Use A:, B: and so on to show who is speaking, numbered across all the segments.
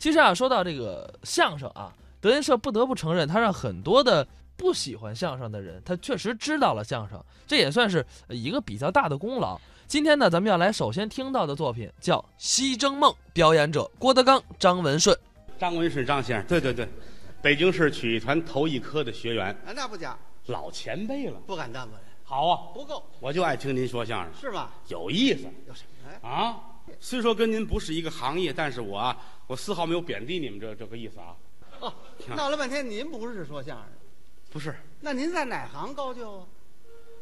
A: 其实啊，说到这个相声啊，德云社不得不承认，它让很多的不喜欢相声的人，他确实知道了相声，这也算是呃一个比较大的功劳。今天呢，咱们要来首先听到的作品叫《西征梦》，表演者郭德纲、张文顺。
B: 张文顺张先生，对对对，北京市曲艺团头一科的学员，
C: 啊，那不假，
B: 老前辈了。
C: 不敢当，不敢，
B: 好啊，
C: 不够，
B: 我就爱听您说相声，
C: 是吗？
B: 有意思
C: 有什么哎呀？
B: 啊。虽说跟您不是一个行业，但是我啊，我丝毫没有贬低你们这这个意思啊。
C: 哦，闹了半天，您不是说相声的，
B: 不是，
C: 那您在哪行高就啊？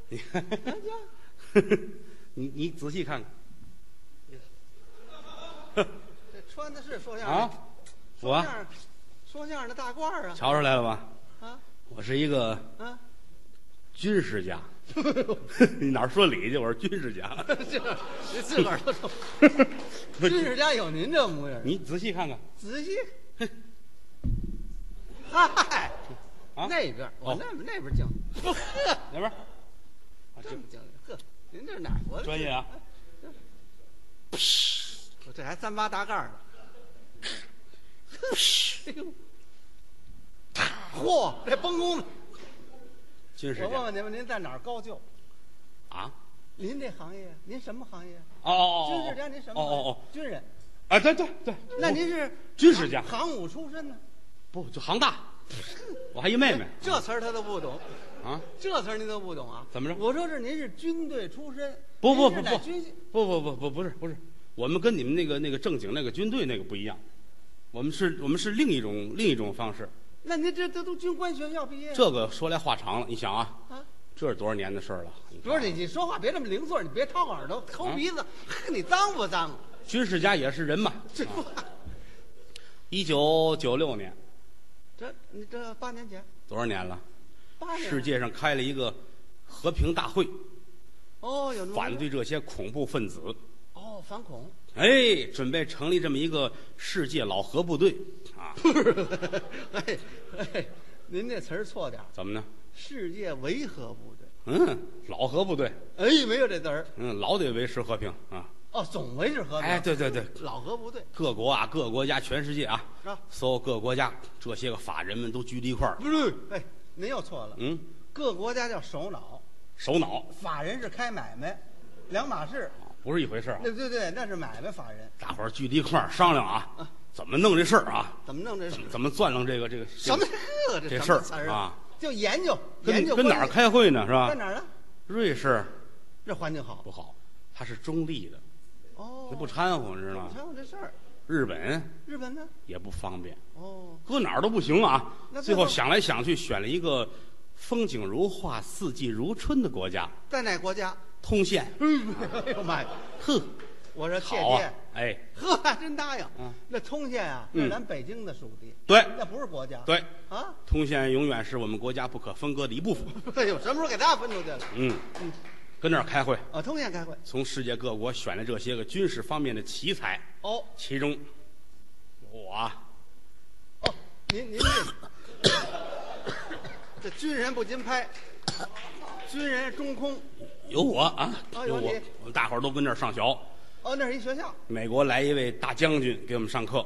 B: 你
C: 哎呀
B: 你你仔细看看
C: 这穿的是说相声
B: 啊
C: 的，，
B: 我
C: 说相
B: 啊
C: 声，说相声的大褂儿啊，
B: 瞧出来了吧？
C: 啊
B: 我是一个
C: 啊，
B: 军事 家。你哪儿说理去？我是军事家。
C: 这您自个儿都说，
B: 不
C: 知
B: 是，
C: 识家有您这模样，
B: 你仔细看看，
C: 仔 细，嗨，
B: 啊
C: 那边儿我
B: 哦
C: 那那边儿 净，呵，
B: 那边儿，啊
C: 这
B: 这
C: 么净，呵，您这是哪国的？
B: 专业啊。哦
C: 我这还三八大盖儿呢。哎呦，嚯，这崩弓！
B: 军事
C: 我问
B: 家
C: 问您吧，您在哪儿高就？
B: 啊。
C: 您这行业，您什么行业？
B: 哦哦，
C: 军事家，您什么？
B: 哦哦哦，，
C: 军人。
B: 啊，对对对，
C: 那您是
B: 军事家
C: 航武出身呢？
B: 不就杭大？我还一妹妹
C: 这词儿他都不懂，
B: 啊！
C: 这词儿您都不懂啊？
B: 怎么着
C: 我说是您是军队出身，
B: 嗯不不
C: 您是
B: 不
C: 在
B: 不
C: 军系
B: 不不不不不是不是，我们跟你们那个那个正经那个军队那个不一样，我们是我们是另一种另一种方式。
C: 那您这这都军官学校毕业？
B: 这个说来话长了，你想啊，
C: 啊，
B: 这是多少年的事儿了？你
C: 不是你，你说话别这么零碎，你别掏耳
B: 嗯
C: 朵、抠鼻子， 呵你脏不脏啊？
B: 军事家也是人嘛。
C: 这不，
B: 一九九六年，
C: 这你这八年前，
B: 多少年了？
C: 八年
B: 世界上开了一个和平大会，
C: 哦，有那么
B: 反对这些恐怖分子。
C: 哦，反 恐，
B: 哎，准备成立这么一个世界老核部队啊？
C: 哎哎，您这词儿错点儿
B: 怎么呢？
C: 世界维和部队，
B: 嗯，老核部队，
C: 哎，没有这词儿，
B: 嗯，老得维持和平啊。
C: 哦，总维是和平，
B: 哎，对对对，
C: 老和部队
B: 各国啊，各国家，全世界啊，
C: 是吧？
B: 所有各国家这些个法人们都聚在一块儿，
C: 不是，哎，您又错了，
B: 嗯，
C: 各国家叫首脑，
B: 首脑
C: 法人是开买卖，两码事，
B: 啊不是一回事儿啊。
C: 对对对，那是买卖法人，
B: 大伙儿聚在一块儿商量啊
C: 啊，
B: 怎么弄这事儿啊？
C: 怎么弄这事？
B: 怎么钻弄这个这个
C: 什么呵
B: 这
C: 这
B: 事
C: 什
B: 儿
C: 么词儿
B: 啊？
C: 就研究研
B: 跟
C: 究
B: 跟哪儿
C: 关系？
B: 开会呢？是
C: 在
B: 吧？
C: 哪儿呢？
B: 瑞士
C: 啊这环境好
B: 不好，它是中立的，
C: 哦
B: 它，不掺和，你知道
C: 你
B: 吗？
C: 看我这事儿，
B: 日本
C: 日本呢？
B: 也不方便。
C: 哦，
B: 搁哪儿都不行啊
C: 那。
B: 最
C: 最
B: 后
C: 后
B: 想来想去，选了一个风景如画、四季如春的国家
C: 在哪国家？
B: ——通县。
C: 哎 呦妈呀！
B: 呵，
C: 我说谢
B: 嗯好啊
C: 谢，！
B: 哎，
C: 呵，还真答应
B: 嗯。
C: 那通县啊，
B: 嗯
C: 是咱北京的属地，
B: 对
C: 那不是国家。
B: 对，
C: 啊，
B: 通县永远是我们国家不可分割的一部分。
C: 哎呦，什么时候给大家分出去了？
B: 嗯，跟那儿开会，
C: 啊，通县开会。
B: 从世界各国选了这些个军事方面的奇才，
C: 哦
B: 其中有我啊。
C: 哦，您您这这军人不禁拍，军人中空。
B: 有我啊，
C: 哦
B: 有
C: 有
B: 我
C: 你，
B: 我们大伙儿都跟这儿上学。
C: 哦，那是一学校。
B: 美国来一位大将军给我们上课，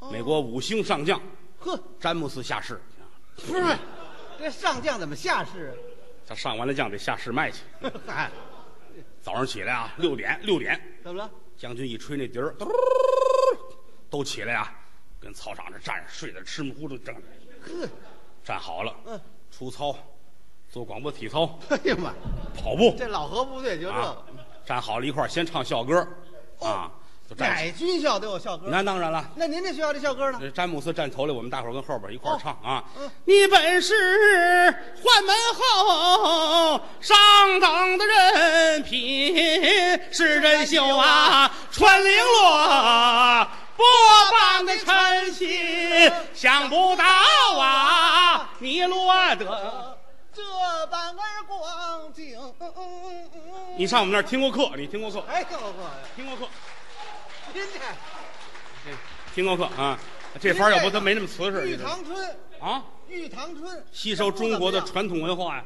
C: 哦
B: 美国五星上将
C: 呵，
B: 詹姆斯下士，
C: 不是，这上将怎么下士
B: 他上完了将得下士卖去。
C: 啊？嗨，
B: 早上起来啊，六点六点，
C: 怎么了？
B: 将军一吹那笛儿，嘟儿都起来啊，跟操场上站着睡得吃糊涂，正
C: 呵，
B: 站好了，
C: 嗯，
B: 出操，做广播体操，
C: 哎呀妈，
B: 跑步
C: 这老何部队就这哦
B: 啊
C: 个，，
B: 站好了一块儿先唱校歌，啊，就站起
C: 哪军校都有校歌。
B: 那当然了。
C: 那您这学校这校歌呢？
B: 这呃詹姆斯站头里，我们大伙儿跟后边一块儿唱啊！
C: 嗯
B: 你本是宦门后上等的人品是真秀啊，穿绫罗波旁的嗯晨曦，想不到啊，你落得
C: 这般儿光景。嗯
B: 你上我们那儿听过课，你听过课，
C: 哎呦我
B: 听过课，
C: 去，您这
B: 听过课啊！这番儿要不他没那么瓷实，你
C: 玉
B: 知道吗
C: 堂春，
B: 啊！
C: 玉堂春
B: 吸收中国的传统文化呀，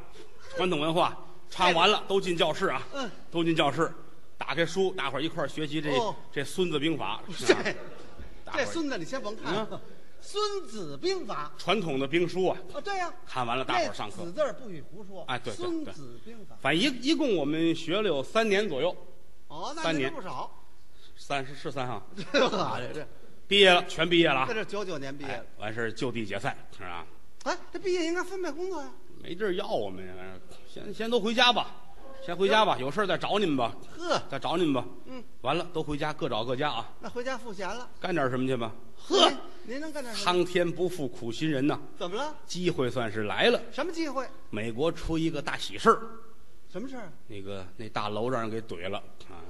B: 传统文化唱完了都进教室啊，
C: 嗯
B: 都进教室，打开书，大伙儿一块儿学习这、
C: 哦
B: 这《孙子兵法》
C: 这
B: 啊，大
C: 这
B: 伙儿
C: 孙子你先甭看，
B: 嗯
C: 《孙子兵法
B: 传统的兵书啊，》
C: 啊，对呀、
B: 看完了大伙儿上
C: 那
B: 课
C: 嗯子。字儿不许胡说。
B: 哎对对
C: 孙
B: 对
C: 子兵法》。
B: 反正一一共我们学了有三年左右，
C: 哦，那
B: 三
C: 您
B: 年
C: 不少，
B: 三是是三哈，
C: 这好这这，
B: 毕业了，全毕业了啊
C: 那。这九九年毕业
B: 哎
C: 的，，
B: 完事儿就地解散是吧？
C: 哎，这毕业应该分配工作呀。
B: 没地儿要我们呀，反正先先都回家吧，先回家吧，有事儿再找你们吧，
C: 呵，
B: 再找你们吧。
C: 嗯，
B: 完了都回家，各找各家啊，
C: 那回家赋闲了。
B: 干点什么去吧。
C: 呵，您能干点什么？
B: 苍天不负苦心人呐，
C: 怎么了？
B: 机会算是来了。
C: 什么机会？
B: 美国出一个大喜事儿，
C: 什么事儿？
B: 那个那大楼让人给怼了啊！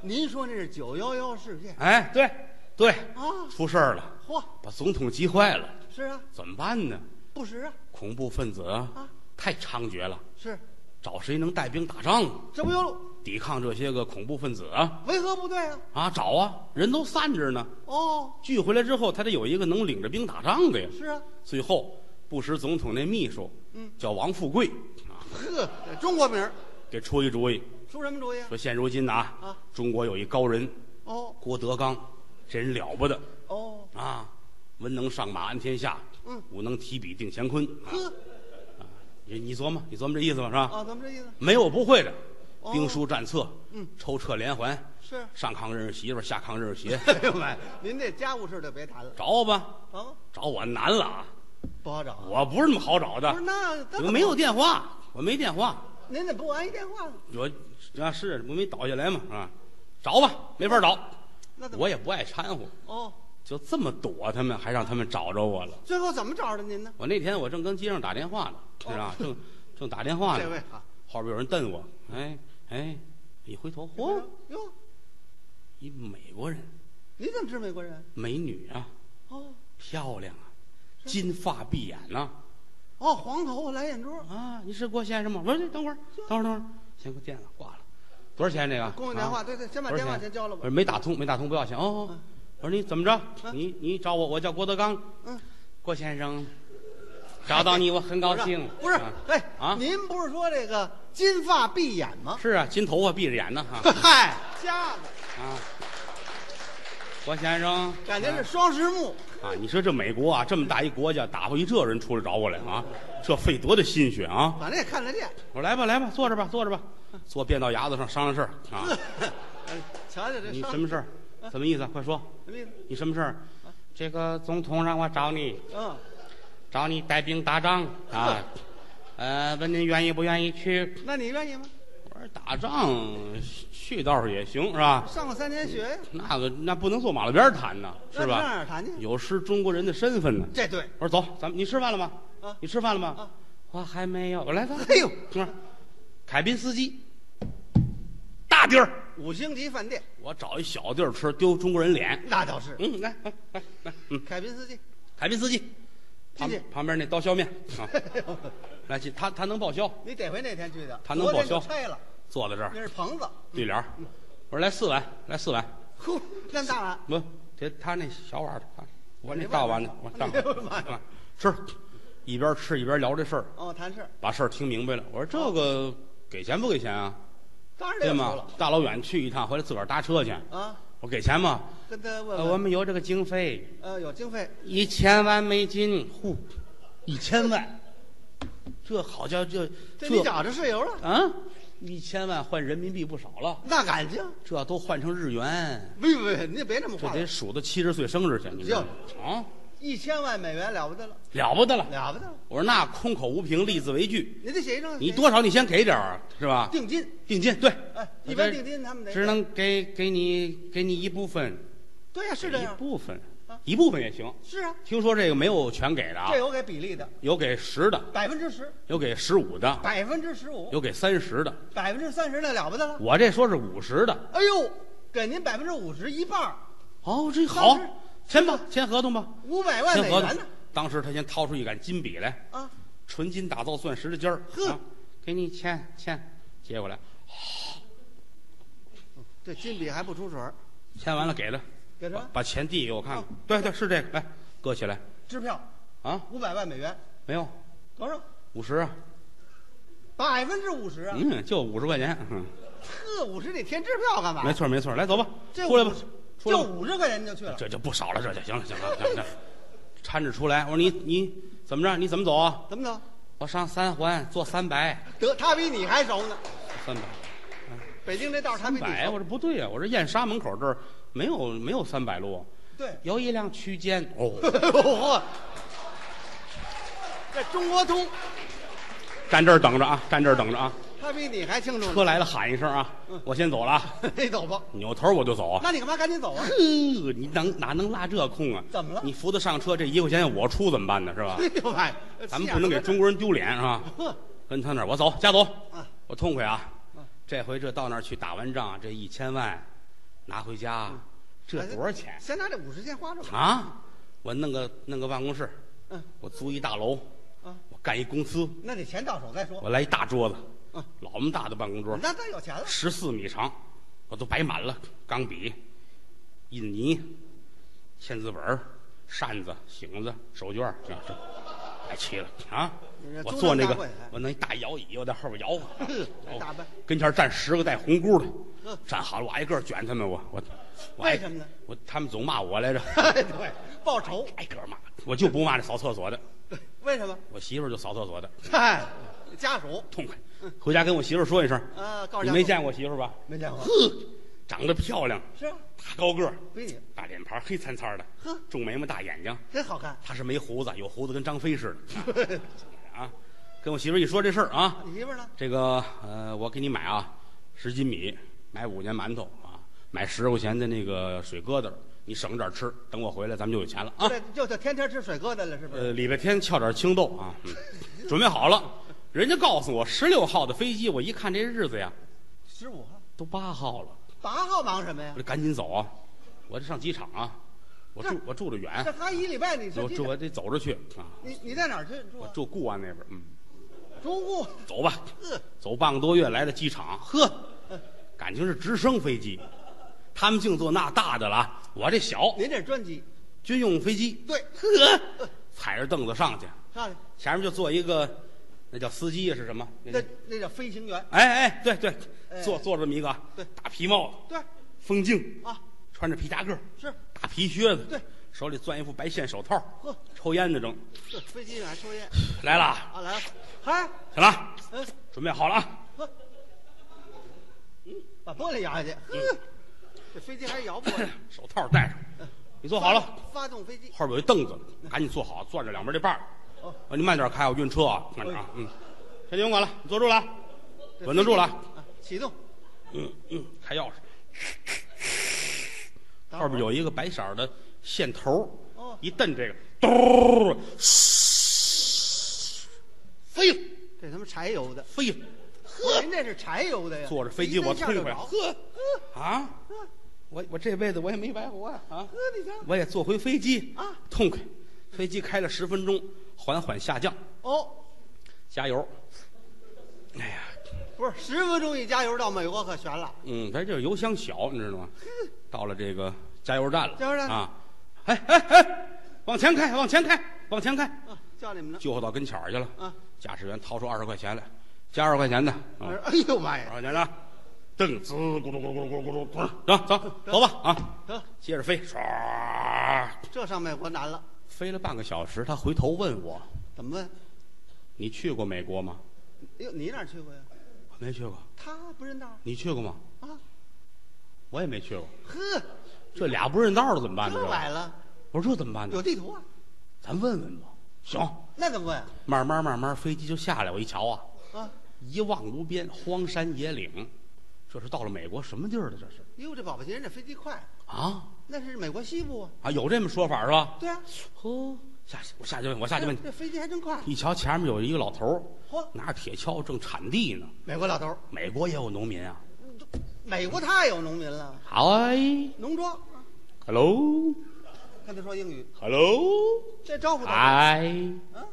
C: 您说那是九幺幺事件
B: 哎，对对，
C: 啊？
B: 出事儿了，
C: 嚯，
B: 把总统急坏了，
C: 是啊，
B: 怎么办呢？
C: 不实啊，
B: 恐怖分子
C: 啊
B: 啊，太猖獗了，
C: 是，
B: 找谁能带兵打仗啊，
C: 这不有
B: 抵抗这些个恐怖分子啊？
C: 维和部队啊？
B: 啊，找啊，人都散着呢。
C: 哦，
B: 聚回来之后，他得有一个能领着兵打仗的呀。
C: 是啊，
B: 最后，布什总统那秘书，
C: 嗯
B: 叫王富贵啊，
C: 呵，这中国名儿
B: 给出一主意，
C: 出什么主意啊？
B: 说现如今呐、啊，
C: 啊
B: 中国有一高人
C: 哦
B: 郭德纲，这人了不得
C: 哦，
B: 啊，文能上马安天下，
C: 嗯
B: 武能提笔定乾坤。
C: 呵
B: 你你琢磨，你琢磨这意思吧，是吧？
C: 啊，怎么这意思？
B: 没有不会的，
C: 哦
B: 兵书战策，
C: 嗯
B: 抽撤连环，
C: 是，
B: 上炕认识媳妇儿，下炕认 识鞋，
C: 哎呦喂，您这家务事就别谈了，
B: 找我吧，
C: 啊，
B: 找我难了啊，
C: 不好找啊。
B: 我不是那么好找的。
C: 不是那
B: 你
C: 怎
B: 们
C: 么
B: 没有？电话，我没电话，
C: 您怎么不挨电话呢？
B: 我啊是我没倒下来嘛啊，找吧，没法找，
C: 那怎么？
B: 我也不爱掺和，
C: 哦，
B: 就这么躲他们，还让他们找着我了。
C: 最后怎么找着您呢？
B: 我那天我正跟街上打电话呢，是吧？正正打电话
C: 哦这位
B: 呢，
C: 啊，
B: 后边有人瞪我，哎哎，一回头，
C: 哦
B: 嚯，
C: 啊哟，
B: 一美国人，
C: 你怎么是美国人？
B: 美女啊，
C: 哦
B: 漂亮啊，金发碧眼呐、
C: 哦，黄头发蓝眼珠，
B: 啊，你是郭先生吗？我说等会儿，等会儿，等会儿，先给我电了，挂了。多少钱这个？
C: 公用电
B: 啊
C: 话，对对，先把
B: 多少
C: 电话
B: 钱
C: 先交了
B: 我
C: 吧
B: 说。没打通，没打通，不要钱哦。哦
C: 嗯
B: 我说你怎么着？你你找我，我叫郭德纲，
C: 嗯，
B: 郭先生，找到你我很高兴。
C: 不是
B: 啊，
C: 哎
B: 啊
C: 您不是说这个金发碧眼 吗？
B: 是啊，金头发闭着眼呢哈
C: 嗨，瞎子，
B: 啊。郭先生，
C: 感觉是双实木。
B: 啊，你说这美国啊，这么大一国家，打发一这人出来找我来啊，这费多大心血啊！
C: 反正也看得见。
B: 我说来吧，来吧，坐着吧，坐着吧，坐便到牙子上商量事儿 啊。
C: 哎瞧瞧这
B: 你
C: 商
B: 什么事儿？什么意思啊？快说，
C: 什么意思？
B: 你什么事儿？这个总统让我找你，
C: 嗯，
B: 找你带兵打仗 啊。呃，问您愿意不愿意去？
C: 那你愿意吗？
B: 我说打仗去倒是也行，是吧？
C: 上过三年学呀，
B: 那个那不能坐马路边儿谈呢，是
C: 那上哪
B: 吧？
C: 儿谈去？
B: 有失中国人的身份呢。
C: 这对，
B: 我说走，咱们你吃饭了吗？
C: 啊
B: 你吃饭了吗？
C: 啊
B: 我还没有，我来咱。
C: 哎呦，
B: 不是，凯宾斯基，大地儿，
C: 五星级饭店
B: 我找一小地儿吃，丢中国人脸。
C: 那倒是。
B: 嗯，来来来来，嗯，
C: 凯宾斯基，
B: 凯宾斯基，旁
C: 进去
B: 旁边那刀削面啊，来，去他他能报销，
C: 你得回那天去的，
B: 他能
C: 昨天
B: 报销
C: 就拆了，
B: 坐在这儿
C: 那是棚子。
B: 对联儿。我说来四碗，来四碗，
C: 呼，那么大碗，
B: 不，这他那小碗儿的，他我那大碗的，我 大碗
C: 哎呦我的妈呀
B: 的，吃，一边吃一边聊这事儿，
C: 哦，谈事儿，
B: 把事儿听明白了。我说这个给钱不给钱啊？
C: 当然得
B: 对
C: 说
B: 吗
C: 了？
B: 大老远去一趟，回来自个儿搭车去。
C: 啊。
B: 我给钱吗？
C: 跟他
B: 呃，
C: 问
B: 我
C: 问，
B: 们有这个经费，
C: 呃，有经费，
B: 一千万美金，呼，一千万，这好叫这
C: 这你找着室友了，
B: 啊，一千万换人民币不少了，
C: 那感情，
B: 这都换成日元，
C: 不不，您别这么
B: 这
C: 话了，
B: 得数到七十岁生日去，你知道吗？啊，
C: 一千万美元了不得了，
B: 了不得了！
C: 了不得了，
B: 我说那空口无凭，立字为据，
C: 你得写一张，
B: 你多少你先给点儿是吧？
C: 定金，
B: 定金对，
C: 哎，
B: 我
C: 一般
B: 这
C: 定金他们得
B: 只能给给你给你一部分，
C: 对呀，是这
B: 一
C: 样，
B: 部分
C: 啊，
B: 一部分也行。
C: 是啊，
B: 听说这个没有全给的啊
C: 这，有给比例的，
B: 有给十的，
C: 百分之十，
B: 有给十五的，
C: 百分之十五，
B: 有给三十的，
C: 百分之三十那了不得了，
B: 我这说是五十的。
C: 哎呦，给您百分之五十一半儿，
B: 哦，这
C: 当
B: 好
C: 时，
B: 签吧，签合同吧，
C: 五百万
B: 签
C: 美
B: 合同
C: 元呢，。
B: 当时他先掏出一杆金笔来，
C: 啊，
B: 纯金打造钻石的尖儿，
C: 呵
B: 啊，给你签签，接过来，
C: 这金笔还不出水儿，
B: 签完了给他，
C: 给
B: 把
C: 他
B: 把钱递给我看看
C: 啊。
B: 对对，是这个，来，搁起来
C: 支票
B: 啊，
C: 五百万美元，
B: 没有
C: 多少？
B: 五十啊，
C: 百分之五十啊，
B: 嗯，就五十块钱，嗯，
C: 呵，五十你填支票干嘛？
B: 没错没错，来走吧
C: 这，
B: 出来吧
C: 50，
A: 出来
C: 就
A: 吧
C: 五十个人就去了，
B: 这就不少了，这就行了，行了，行了，搀着出来。我说你你怎么着？你怎么走啊？
C: 怎么走？
B: 我上三环，坐三百，
C: 得他比你还熟呢。
B: 三百，
C: 北京这道他
B: 三
C: 比你
B: 百。我
C: 熟。
B: 说不对呀、啊我说燕莎门口这儿没有没有三百路，
C: 对，
B: 有一辆区间哦，
C: 嚯，这中国通，
B: 站这儿等着啊，站这儿等着啊，
C: 他比你还清楚
B: 车
C: 呢。
B: 来了喊一声啊，我先走了 啊，
C: 你走吧，
B: 扭头我就走啊。
C: 那你干嘛赶紧走啊？
B: 呵，你能哪能拉这空啊？
C: 怎么了
B: 你扶他上车，这一块钱要我出怎么办呢？是吧
C: 哎？呦妈呀，
B: 咱们不能给中国人丢脸是啊吧？
C: 哼
B: 跟他那儿，我走，家走
C: 啊，
B: 我痛快啊
C: 嗯！
B: 这回这到那儿去打完仗，啊这一千万拿回家，啊
C: 嗯
B: 这多少钱
C: 先拿这五十先花着吧。
B: 啊？我弄个弄个办公室，
C: 嗯
B: 我租一大楼，
C: 啊，
B: 我干一公司，
C: 那得钱到手再说。
B: 我来一大桌子
C: 嗯，
B: 老么大的办公桌，
C: 那咱有钱了，
B: 十四米长，我都摆满了钢笔、印泥、签字本儿、扇子、醒子、手绢儿，这这摆齐了啊
C: 你这！
B: 我
C: 中
B: 坐
C: 南
B: 那
C: 大
B: 个
C: 会还，
B: 我弄一大摇椅，我在后边摇 晃，摇
C: 哎大
B: 晃
C: 奔
B: 跟前站十个带红箍的
C: 嗯，
B: 站好了，我挨个卷他们，我我我
C: 为
B: 挨
C: 什么呢？
B: 我他们总骂我 来着，
C: 对，报仇，
B: 挨个骂，我就不骂那扫厕所的，
C: 为什么？
B: 我媳妇儿就扫厕所的，
C: 嗨，家属
B: 痛快，回家跟我媳妇儿说一声，
C: 啊，告诉
B: 你
C: 嗯家属
B: 没见过我媳妇儿吧？
C: 没见过，
B: 长得漂亮，
C: 是啊
B: 大高个儿，
C: 比你
B: 大脸盘儿，黑灿灿的
C: 呵，
B: 重眉毛，大眼睛。
C: 真好看。
B: 他是没胡子，有胡子跟张飞似的。啊，跟我媳妇儿一说这事儿啊，
C: 你媳妇儿呢？
B: 这个呃，我给你买啊，十斤米，买五年馒头啊，买十块钱的那个水疙瘩，你省着点吃，等我回来咱们就有钱了啊。
C: 这就就天天吃水疙瘩了，是不是？
B: 呃，礼拜天翘点青豆啊，嗯准备好了。人家告诉我十六号的飞机，我一看这日子呀，
C: 十五号、
B: 都八号了，
C: 八号忙什么呀
B: 我？得赶紧走啊，我得上机场啊，我住我住的远
C: 这，刚一礼拜你
B: 我
C: 是
B: 住哎我得走着去啊。
C: 你你在哪儿去住
B: 我哦
C: 啊？
B: 住固安那边，嗯，
C: 中固，
B: 走吧，
C: 嗯
B: 走半个多月来到机场，呵，感情是直升飞机，他们净坐那大的了啊，我这小
C: 您这是专机，
B: 军用飞机，
C: 对
B: 呵，踩着凳子上去，
C: 上去
B: 前面就坐一个，那叫司机是什么？那
C: 那
B: 叫
C: 那叫飞行员，
B: 哎哎，对对，
C: 哎
B: 坐坐这么一个，啊
C: 对
B: 大皮帽子，
C: 对
B: 风镜，
C: 啊，
B: 穿着皮夹克，
C: 是
B: 大皮靴子，
C: 对，
B: 手里攥一副白线手套
C: 呵，
B: 抽烟呢正，
C: 是飞机上还 抽烟
B: 来了，
C: 啊？来了，嗨，
B: 行了，
C: 嗯，
B: 准备好了啊。
C: 呵，嗯把玻璃摇下去，
B: 嗯
C: 呵，这飞机还摇玻璃，
B: 手套戴上，
C: 嗯
B: 你 坐好了。，
C: 发动飞机，
B: 后边有一凳子，赶紧坐好，攥着两边这把儿。
C: 哦
B: 啊，你慢点开，我晕车啊，慢点啊。嗯，先甭管了，你坐住了啊，
C: 这
B: 稳得住了啊。
C: 啊启动，
B: 嗯嗯，开钥匙。
C: 等会
B: 后
C: 儿
B: 边有一个白色儿的线头
C: 哦
B: 儿，一蹬这个，嘟，飞了
C: 这他妈柴油的，
B: 飞了。
C: 呵，您这是柴油的呀？
B: 坐着飞机我
C: 一蹬下就
B: 痛快
C: 着
B: 呵
C: 呵
B: 啊，
C: 呵
B: 我我这辈子我也没白活啊啊！
C: 呵，你瞧，
B: 我也坐回飞机
C: 啊
B: 痛快。飞机开了十分钟，缓缓下降，
C: 哦。
B: 加油。哎呀，
C: 不是十分钟一加油到美国可悬了，
B: 嗯，咱这油箱小，你知道吗？到了这个加油站了，
C: 加油站
B: 啊！哎哎哎，往前开，往前开，往前开！
C: 啊，叫你们呢
B: 救护到跟前儿去了。
C: 啊！
B: 驾驶员掏出二十块钱来，加二十块钱的，啊
C: 我说哎呦妈
B: 二十
C: 呀，
B: 块钱的，蹬滋咕噜咕噜咕噜咕噜咕噜，
C: 啊
B: 走走走吧啊！
C: 得
B: 接着飞，唰，
C: 这上美国难了，
B: 飞了半个小时，他回头问我
C: 怎么问？：“
B: 你去过美国吗
C: 哎呦，你哪儿去过呀？？”
B: 我没去过。
C: 他不认道儿
B: 你去过吗？
C: 啊，
B: 我也没去过。
C: 呵，
B: 这俩不认道的怎么办呢？
C: 这
B: 这
C: 来了，
B: 我说这怎么办呢
C: 有？地图啊？
B: 咱问问吧。行，
C: 那怎么问啊？
B: 慢慢慢慢，飞机就下来。我一瞧啊，
C: 啊，
B: 一望无边，荒山野岭，这是到了美国什么地儿了？这是
C: 哟，这保不齐人这飞机快，
B: 啊
C: 那是美国西部啊。
B: 啊，有这么说法是吧？
C: 对啊，
B: 呵，下去，我下去问，我下去
C: 这
B: 问。
C: 这飞机还真快。
B: 一瞧前面有一个老头儿
C: 嚯，
B: 拿着铁锹正铲地呢。
C: 美国老头儿，
B: 美国也有农民啊。
C: 美国太有农民了，
B: Hi,
C: 农庄。
B: hello,
C: 跟他说英语，
B: hello,
C: 这招呼他。
B: 哎 hi，
C: 啊，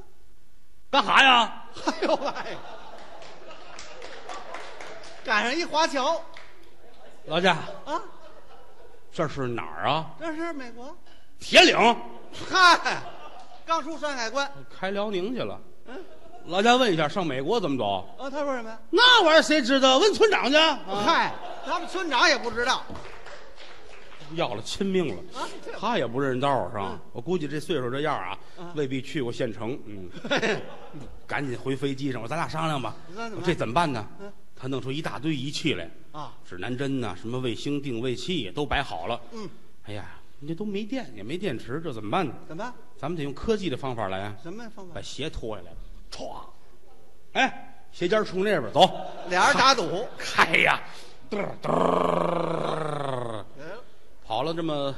B: 干啥呀？
C: 哎呦妈呀！赶上一华侨
B: 老家，
C: 啊，
B: 这是哪儿啊？
C: 这是美国。
B: 铁岭，
C: 嗨，刚出山海关，
B: 开辽宁去了。
C: 嗯，
B: 老家问一下，上美国怎么走？
C: 啊，他说什么呀？
B: 那玩意儿谁知道？问村长去。啊
C: 嗨，他们村长也不知道，
B: 要了亲命了。
C: 啊，这
B: 他也不认道儿是吧
C: 嗯？
B: 我估计这岁数这样啊
C: 啊，
B: 未必去过县城。 嗯，
C: 嘿
B: 赶紧回飞机上，我咱俩商量吧
C: 那怎么。办
B: 这怎么办呢
C: 嗯？
B: 他弄出一大堆仪器来，
C: 啊，
B: 指南针呐、什么卫星定位器都摆好了。
C: 嗯，
B: 哎呀，这都没电，也没电池，这怎么办呢？
C: 怎么办
B: 咱们得用科技的方法来啊，
C: 什么方法
B: 把？鞋脱下来，歘，哎，鞋尖儿冲那边走，
C: 俩人打赌，
B: 开呀，嘚儿嘚儿，
C: 嗯
B: 跑了这么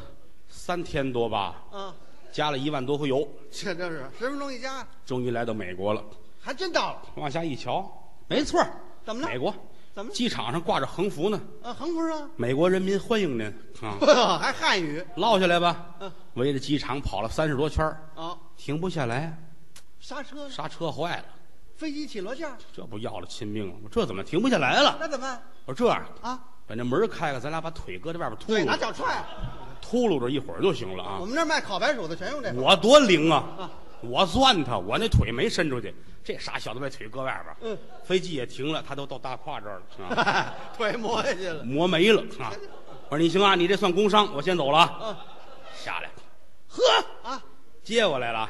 B: 三天多吧，
C: 啊，
B: 加了一万多回油，
C: 这这是十分钟一家，
B: 终于来到美国了。
C: 还真到了。
B: 往下一瞧，没错儿，
C: 怎么了
B: 美国，
C: 怎么了
B: 机场上挂着横幅呢，
C: 啊，横幅上
B: 美国人民欢迎您啊，
C: 还汉语
B: 落下来吧。
C: 嗯
B: 围着机场跑了三十多圈儿
C: 啊，
B: 停不下来啊，
C: 刹车了，
B: 刹车坏了，
C: 飞机起落架，
B: 这不要了亲命了，我这怎么停不下来了？
C: 那怎么办
B: 我说这样，
C: 啊？
B: 把那门儿开开，咱俩把腿搁在外边秃
C: 对，
B: 噜
C: 拿
B: 着，
C: 脚踹。啊
B: 秃噜着一会儿就行了啊
C: 我。们那儿卖烤白薯的全用这个。
B: 我多灵啊
C: 啊！
B: 我攥他，我那腿没伸出去，这傻小子把腿搁外边儿，
C: 嗯
B: 飞机也停了，他都到大胯这儿了，啊
C: 腿磨下去了。
B: 磨没了啊！我说你行啊，你这算工伤，我先走了啊！
C: 嗯
B: 下来，
C: 呵啊，
B: 接我来了啊，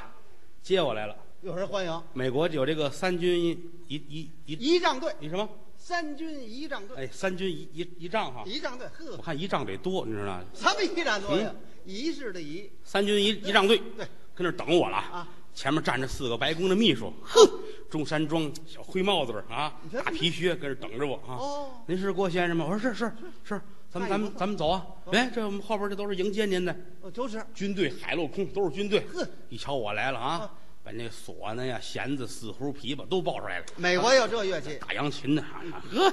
B: 接我来了。
C: 有人欢迎。
B: 美国有这个三军一一一一
C: 仪仗队，
B: 一什么？
C: 三军仪仗队，
B: 哎，三军一一一仗哈，
C: 仪仗队，呵
B: 我，看一仗得多，你知道吗？
C: 什么仪仗队呀？仪式的仪，
B: 三军一一仗队，
C: 对，
B: 跟那儿等我了
C: 啊！
B: 前面站着四个白宫的秘书，哼，中山装、小灰帽子儿啊
C: 你，这
B: 大皮靴，跟那儿等着我啊。
C: 哦
B: 您是郭先生吗？我说是是是，咱们咱
C: 那也
B: 们
C: 不错
B: 咱们走啊！哎，这我们后边这都是迎接您的
C: 哦就是
B: 军队，海陆空都是军队
C: 呵。
B: 一瞧我来了啊
C: 啊，
B: 把那锁呢呀、弦子、四胡、琵琶都抱出来了。
C: 美国有这乐器，
B: 打扬琴的，啊呵，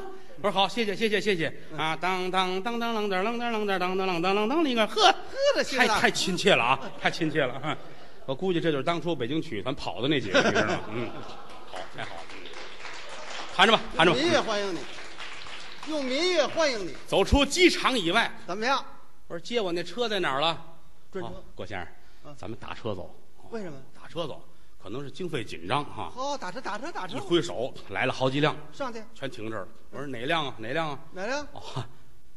B: 我说好，谢谢谢谢谢谢啊！当当当当啷当啷当啷当当当啷当啷当啷一个呵，
C: 呵的心
B: 太
C: 了
B: 太亲切了啊，太亲切了啊！我估计这就是当初北京曲咱跑的那几个，你知道吗？嗯，好，太好了，嗯含着吧，含着吧
C: 民。乐欢迎你，用民乐欢迎你，
B: 走出机场以外，
C: 怎么样？
B: 我说接我那车在哪儿了？
C: 专车
B: 哦郭先生，
C: 嗯
B: 咱们打车走。哦
C: 为什么
B: 打车走？可能是经费紧张哈。
C: 哦，打车打车打
B: 一
C: 车，
B: 挥手来了好几辆，
C: 上去
B: 全停这儿了。我说哪辆啊？哪辆啊？
C: 哪辆？
B: 哦，哈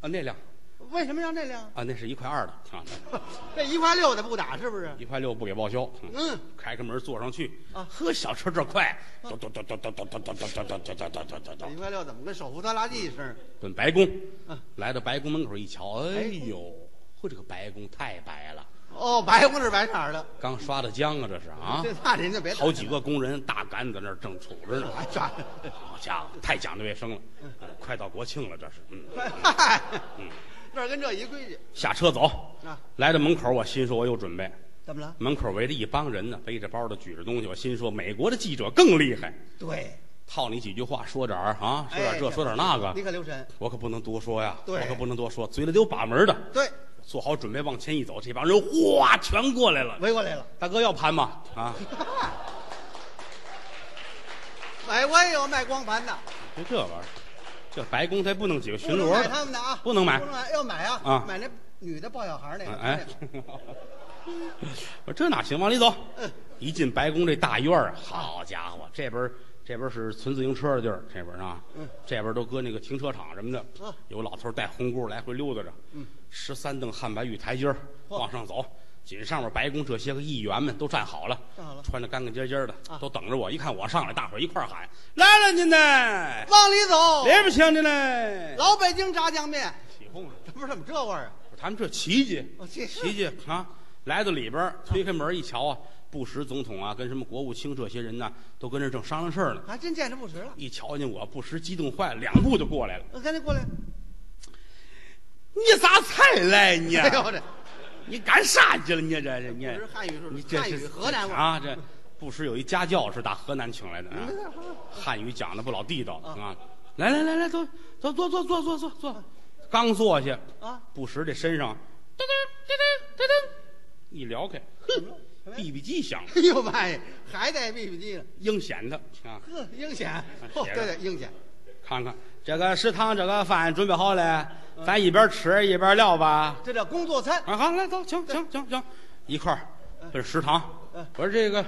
B: 啊那辆
C: 为什么要那辆？
B: 啊，那是一块二的啊，
C: 这一块六的不打是不是？
B: 一块六不给报销。嗯
C: 嗯，
B: 开开门坐上去
C: 啊
B: 呵，小车这快，咚咚咚咚咚咚咚咚咚咚咚咚咚咚
C: 一
B: 咚，
C: 块六怎么跟手扶拖拉机似的？
B: 奔白宫
C: 嗯。
B: 来到白宫门口一瞧，啊哎呦，嚯，这个白宫太白了，
C: 哦，白红是白色儿的，
B: 刚刷的浆啊，这是啊。
C: 这那您就别打
B: 好几个工人大杆子那儿正杵着呢，
C: 哎抓，
B: 好家伙，太讲究卫生了，嗯快到国庆了，这是。嗯，
C: 嗨，这儿跟这一规矩
B: 下车走，
C: 啊？
B: 来到门口，我心说我有准备。
C: 怎么了？
B: 门口围着一帮人呢，背着包的，举着东西。我心说，美国的记者更厉害，
C: 对，
B: 套你几句话，说点儿啊，说点儿
C: 哎
B: 这，说点儿那
C: 你
B: 个，
C: 可留神。
B: 我可不能多说呀，
C: 对
B: 我可不能多说，嘴里得有把门的。
C: 对，
B: 做好准备，往前一走，这帮人哗全过来了。
C: 围过来了。
B: 大哥要盘吗？啊，
C: 买我也有卖光盘的，
B: 就这玩意儿，这白宫才不弄几个巡
C: 不能
B: 逻
C: 买
B: 的
C: 他们的啊，
B: 不能买
C: 不。能买要买啊，
B: 啊
C: 买那女的抱小孩那个，
B: 哎， 我说这哪行？往里走。
C: 嗯
B: 一进白宫这大院儿，好家伙，这边儿这边儿是存自行车的地儿，这边儿啊，这边儿都搁那个停车场什么的
C: 嗯。
B: 有老头儿带红箍来回溜达着。十三凳汉白玉台阶儿
C: 嚯
B: 往上走，紧上面白宫这些个议员们都站好了
C: 站好，了
B: 穿着干干净净的
C: 哦啊，
B: 都等着我。一看我上来，大伙儿一块儿喊：“来了您嘞，
C: 往里走
B: 里，边请您嘞。”
C: 哦老北京炸酱面，
B: 起哄了，
C: 这不是怎么这味儿啊？
B: 他们这奇迹。
C: 我这
B: 奇迹啊！来到里边儿，推开门一瞧啊，布什总统啊，跟什么国务卿这些人呢，都跟这正商量事儿呢。
C: 还真见着不实了。
B: 一瞧见我，布什激动坏了，两步就过来了。
C: 我赶紧过来，
B: 你咋才来呢
C: 哎呦我这
B: 你干啥去了？你这这
C: 不
B: 你
C: 是汉语
B: 哎你
C: 是
B: 这
C: 汉语
B: 是
C: 河南味儿，
B: 啊？这布什有一家教是打河南请来的啊，汉语讲的不老地道啊。来来来来，坐坐坐坐坐坐坐坐，刚坐下
C: 啊，
B: 布什这身上，噔噔噔噔噔噔，一撩开，
C: 什么呀
B: BB 机响了。
C: 哎呦妈呀，还带 BB 机呢，
B: 应显的啊，
C: 呵， 英显，
B: 写着
C: 哦对对，英显，
B: 看看这个食堂这个饭准备好了，咱一边吃一边聊吧。
C: 这叫工作餐，
B: 啊，好，来走，请请请请，一块儿奔食堂
C: 嗯。
B: 我说这个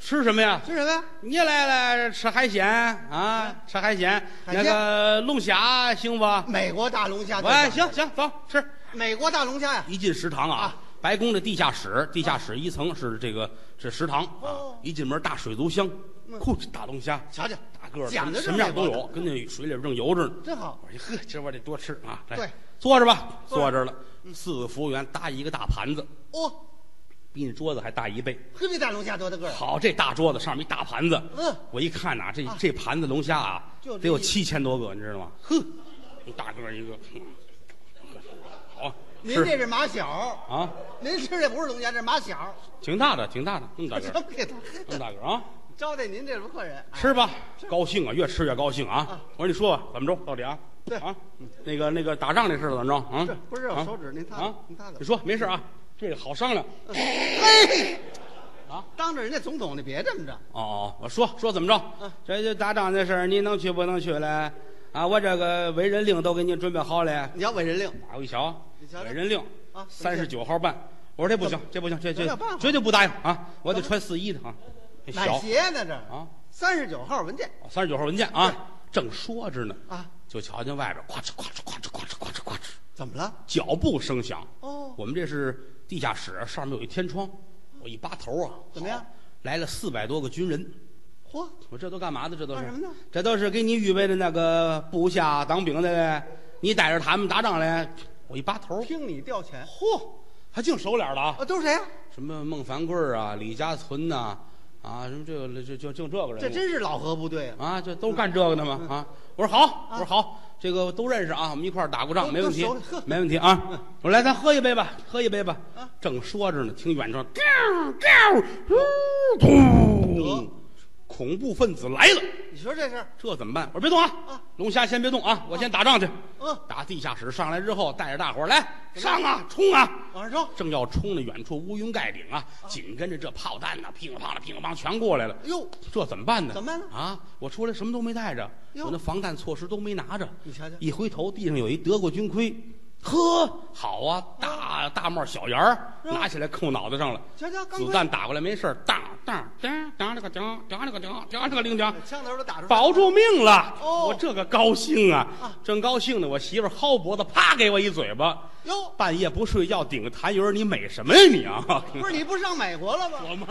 B: 吃什么呀？
C: 吃什么呀？
B: 你来了，吃海鲜啊，吃海鲜，
C: 海
B: 那
C: 鲜嗯
B: 个龙虾行不？
C: 美国大龙虾最
B: 喂，
C: 棒
B: 行行，走吃。
C: 美国大龙虾呀，
B: 一进食堂啊，白宫的地下室，地下室一层是这个是食堂啊
C: 哦，
B: 一进门大水族箱，嚯，这大龙虾，
C: 瞧瞧，
B: 大个儿，
C: 讲的
B: 什么样都有，跟那水里正游着呢。
C: 真好。
B: 我说呵，今儿我得多吃啊！来，
C: 对
B: 坐着吧，坐
C: 坐着
B: 这儿了。四个服务员搭一个大盘子，
C: 哦，
B: 比你桌子还大一倍。
C: 呵，这大龙虾多大个儿啊？
B: 好，这大桌子上面一大盘子，
C: 嗯
B: 我一看呐、这这盘子龙虾啊，
C: 就
B: 得有
C: 这一
B: 七千多个，你知道吗？
C: 呵，
B: 大个儿一个，嗯好，
C: 您
B: 吃
C: 这是马小，
B: 啊，
C: 您吃的不是龙虾，这是马小。
B: 挺大的，挺大的，那么大个
C: 什
B: 儿，
C: 么给他
B: 那么大个儿 啊，
C: 招待您这种客人？
B: 吃吧，高兴啊，越吃越高兴啊！我说你说吧，怎么着，到底啊？
C: 对
B: 啊，那个那个打仗那事儿怎么着啊
C: 是？哎不是我
B: 啊
C: 手指您擦
B: 啊？
C: 您擦擦
B: 你说没事啊，这个好商量。
C: 嘿，
B: 啊
C: 当着人家总统，你别这么着。
B: 哦哦，我说说怎么着
C: 嗯？
B: 这就打仗的事儿，你能去不能去嘞？啊，我这个委任令都给你准备好嘞。
C: 你要委人令
B: 啊，我一瞧
C: 你，瞧瞧
B: 委任令
C: 啊怎么
B: 三
C: 写
B: 十九号办。我说这不行，这不行，这
C: 有
B: 这
C: 点办法
B: 绝对不答应啊！我得穿四一的啊，这
C: 买
B: 小
C: 鞋呢，这啊，
B: 啊，
C: 三十九号文件
B: 三十九号文件
C: 对
B: 啊，正说着呢，
C: 啊，
B: 就瞧见外边咵哧咵哧咵哧咵哧咵哧咵哧
C: 怎么了？
B: 脚步声响。
C: 哦
B: 我们这是地下室，上面有一天窗，我一扒头啊，
C: 怎么样
B: 好？来了四百多个军人。
C: 嚯，
B: 我这都干嘛的？这都是
C: 干什么呢？
B: 这都是给你预备的那个部下当兵的嘞，你带着他们打仗嘞。我一扒头，
C: 听你调遣
B: 嚯，还净熟脸了啊！
C: 啊，都是谁啊？
B: 什么孟凡贵儿啊，李家存呐、啊，什么这个就就就这个人物，
C: 这真是老何部队啊！
B: 啊，这都干这个的吗？啊，我说好，我说好，这个都认识啊，我们一块儿打过仗，
C: 都
B: 没问题
C: 都熟呵，
B: 没问题啊。我说来，咱喝一杯吧，喝一杯吧
C: 啊。
B: 正说着呢，听远处“咚”，恐怖分子来了，
C: 你说这是？
B: 这怎么办？我说别动啊
C: 啊，
B: 龙虾先别动啊，我先打仗去。
C: 嗯，
B: 打地下室上来之后，带着大伙儿来上啊，冲啊！
C: 往上冲！
B: 正要冲呢，远处乌云盖顶啊，紧跟着这炮弹呐、乒乓了乒乓全过来了。
C: 哎呦，
B: 这怎么办呢？
C: 怎么办呢
B: 啊，我出来什么都没带着，
C: 哟
B: 我那防弹措施都没拿着。
C: 你瞧瞧
B: 一回头，地上有一德国军盔，呵，好啊，
C: 哦
B: 大大帽小檐儿，
C: 是吧
B: 拿起来扣脑袋上了。
C: 瞧瞧，刚
B: 子
C: 才
B: 弹打过来没事儿，当当当当了个当，当了个当，当了个铃当。
C: 枪头都打出来
B: 保住命了！
C: 哦
B: 我这个高兴啊
C: 啊，
B: 正高兴呢，我媳妇儿薅脖子，啪给我一嘴巴。
C: 哟，
B: 半夜不睡觉，顶个痰盂儿，你美什么呀你啊？
C: 不是你不上美国了吗？
B: 我梦。